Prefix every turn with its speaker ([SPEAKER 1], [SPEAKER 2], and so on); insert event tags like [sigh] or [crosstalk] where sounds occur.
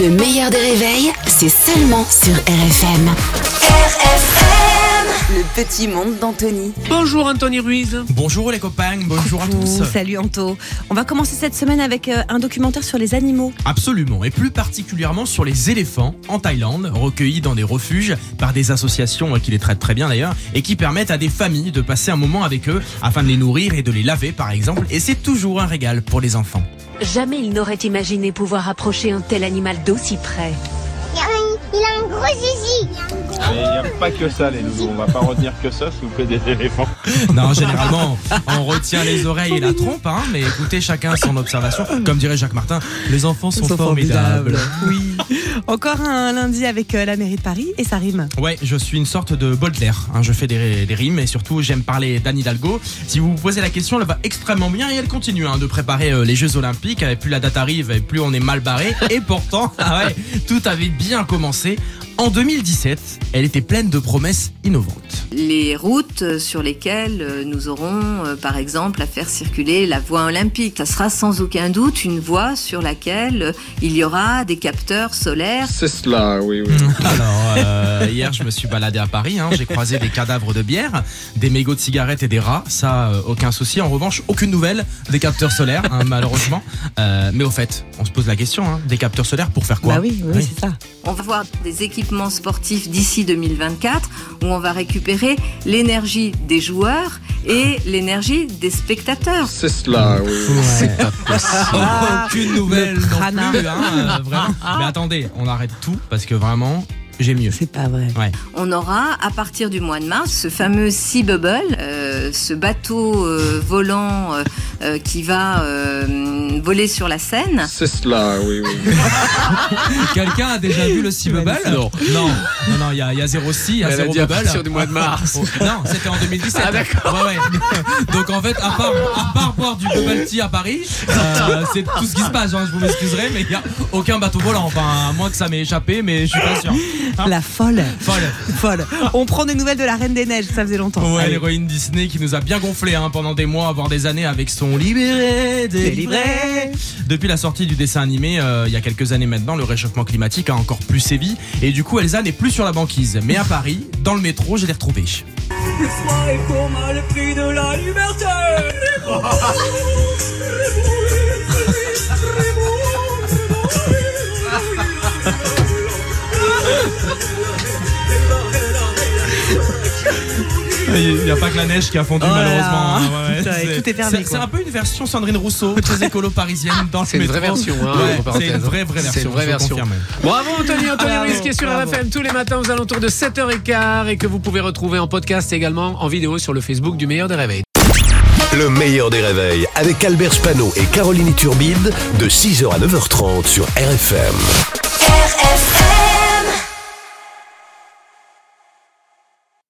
[SPEAKER 1] Le meilleur des réveils, c'est seulement sur RFM. RFM Le petit monde d'Anthony.
[SPEAKER 2] Bonjour Anthony Ruiz.
[SPEAKER 3] Bonjour les copains, bonjour à tous.
[SPEAKER 4] Salut Anto. On va commencer cette semaine avec euh, un documentaire sur les animaux.
[SPEAKER 3] Absolument, et plus particulièrement sur les éléphants en Thaïlande, recueillis dans des refuges par des associations qui les traitent très bien d'ailleurs, et qui permettent à des familles de passer un moment avec eux afin de les nourrir et de les laver par exemple, et c'est toujours un régal pour les
[SPEAKER 4] [laughs]
[SPEAKER 3] enfants.
[SPEAKER 5] Jamais il n'aurait imaginé pouvoir approcher un tel animal d'aussi près.
[SPEAKER 6] Il a un, il a un gros zizi.
[SPEAKER 7] Mais il n'y a pas que ça, les loulous. On va pas retenir que ça, s'il vous plaît, des éléphants.
[SPEAKER 3] Non, généralement, on retient les oreilles et la trompe, hein, mais écoutez chacun son observation. Comme dirait Jacques Martin, les enfants sont,
[SPEAKER 4] sont
[SPEAKER 3] formidables.
[SPEAKER 4] Oui. Encore un lundi avec euh, la mairie de Paris et ça rime.
[SPEAKER 3] Ouais, je suis une sorte de Baudelaire. hein, je fais des, des rimes et surtout j'aime parler d'Anne Hidalgo. Si vous vous posez la question, elle va extrêmement bien et elle continue hein, de préparer euh, les Jeux Olympiques. Et plus la date arrive, et plus on est mal barré. Et pourtant, [laughs] ah ouais, tout avait bien commencé. En 2017, elle était pleine de promesses innovantes.
[SPEAKER 8] les routes sur lesquelles euh, nous aurons, euh, par exemple, à faire circuler la voie olympique. Ça sera sans aucun doute une voie sur laquelle euh, il y aura des capteurs solaires.
[SPEAKER 7] C'est cela, oui, oui.
[SPEAKER 3] Alors, euh, hier, je me suis baladé à Paris. hein, J'ai croisé des cadavres de bière, des mégots de cigarettes et des rats. Ça, euh, aucun souci. En revanche, aucune nouvelle des capteurs solaires, hein, malheureusement. Euh, mais au fait, on se pose la question hein, des capteurs solaires pour faire quoi
[SPEAKER 4] bah oui, oui,
[SPEAKER 3] Oui.
[SPEAKER 4] c'est ça.
[SPEAKER 8] On va voir des équipements sportifs d'ici 2024 où on va récupérer l'énergie des joueurs et l'énergie des spectateurs.
[SPEAKER 7] C'est cela, oui. oui.
[SPEAKER 3] C'est pas possible. Aucune nouvelle
[SPEAKER 4] Ah, le
[SPEAKER 3] non
[SPEAKER 4] crânard.
[SPEAKER 3] plus, hein, euh, vraiment. Mais attendez, on arrête tout parce que vraiment, j'ai mieux.
[SPEAKER 4] C'est pas vrai.
[SPEAKER 8] On aura à partir du mois de mars ce fameux Sea Bubble, euh, ce bateau euh, volant euh, euh, qui va euh, voler sur la Seine.
[SPEAKER 7] C'est cela, oui, oui.
[SPEAKER 3] Quelqu'un a déjà vu le Sea Bubble Non. Non, non, non, il y a, il y a zéro Sea, il y a zéro Bubble. du mois de mars. non, c'était en 2017. Ah d'accord. Ouais, ouais. Donc en fait, à part, à part boire du Bubble Tea à Paris, euh, c'est tout ce qui se passe. hein, je vous m'excuserai, mais il n'y a aucun bateau volant. Enfin, à moins que ça m'ait échappé, mais je suis pas sûr. Hein
[SPEAKER 4] La folle.
[SPEAKER 3] Folle.
[SPEAKER 4] Folle. On prend des nouvelles de la Reine des Neiges, ça faisait longtemps.
[SPEAKER 3] Ouais,
[SPEAKER 4] Allez.
[SPEAKER 3] l'héroïne Disney qui nous a bien gonflé hein, pendant des mois, voire des années, avec son libéré, délivré.
[SPEAKER 4] Délivré.
[SPEAKER 3] Depuis la sortie du dessin animé, euh, il y a quelques années maintenant, le réchauffement climatique a encore plus sévi. Et du coup, Elsa n'est plus sur la banquise. Mais à Paris, dans le métro, je l'ai retrouvée. Il n'y a pas que la neige qui a fondu,
[SPEAKER 4] Oh là
[SPEAKER 3] malheureusement.
[SPEAKER 4] là.
[SPEAKER 3] hein, [laughs] ouais,
[SPEAKER 4] Putain,
[SPEAKER 3] c'est-
[SPEAKER 4] tout est fermé,
[SPEAKER 3] c'est-
[SPEAKER 4] quoi.
[SPEAKER 3] C'est un peu une version Sandrine Rousseau, très écolo parisienne, dans le métro.
[SPEAKER 9] [laughs] C'est une vraie version, hein,
[SPEAKER 3] Ouais,
[SPEAKER 9] entre
[SPEAKER 3] c'est une
[SPEAKER 9] parenthèses.
[SPEAKER 3] vraie, vraie
[SPEAKER 9] C'est une
[SPEAKER 3] version.
[SPEAKER 9] vraie
[SPEAKER 3] je
[SPEAKER 9] version.
[SPEAKER 3] confirme. Ah,
[SPEAKER 9] Bravo Anthony, Anthony
[SPEAKER 4] Bravo,
[SPEAKER 9] Ruiz qui est sur
[SPEAKER 4] bravo.
[SPEAKER 9] RFM tous les matins aux alentours de 7h15 et que vous pouvez retrouver en podcast et également en vidéo sur le Facebook du Meilleur des Réveils.
[SPEAKER 10] Le meilleur des réveils avec Albert Spano et Caroline Turbide de 6h à 9h30 sur RFM.
[SPEAKER 1] RFM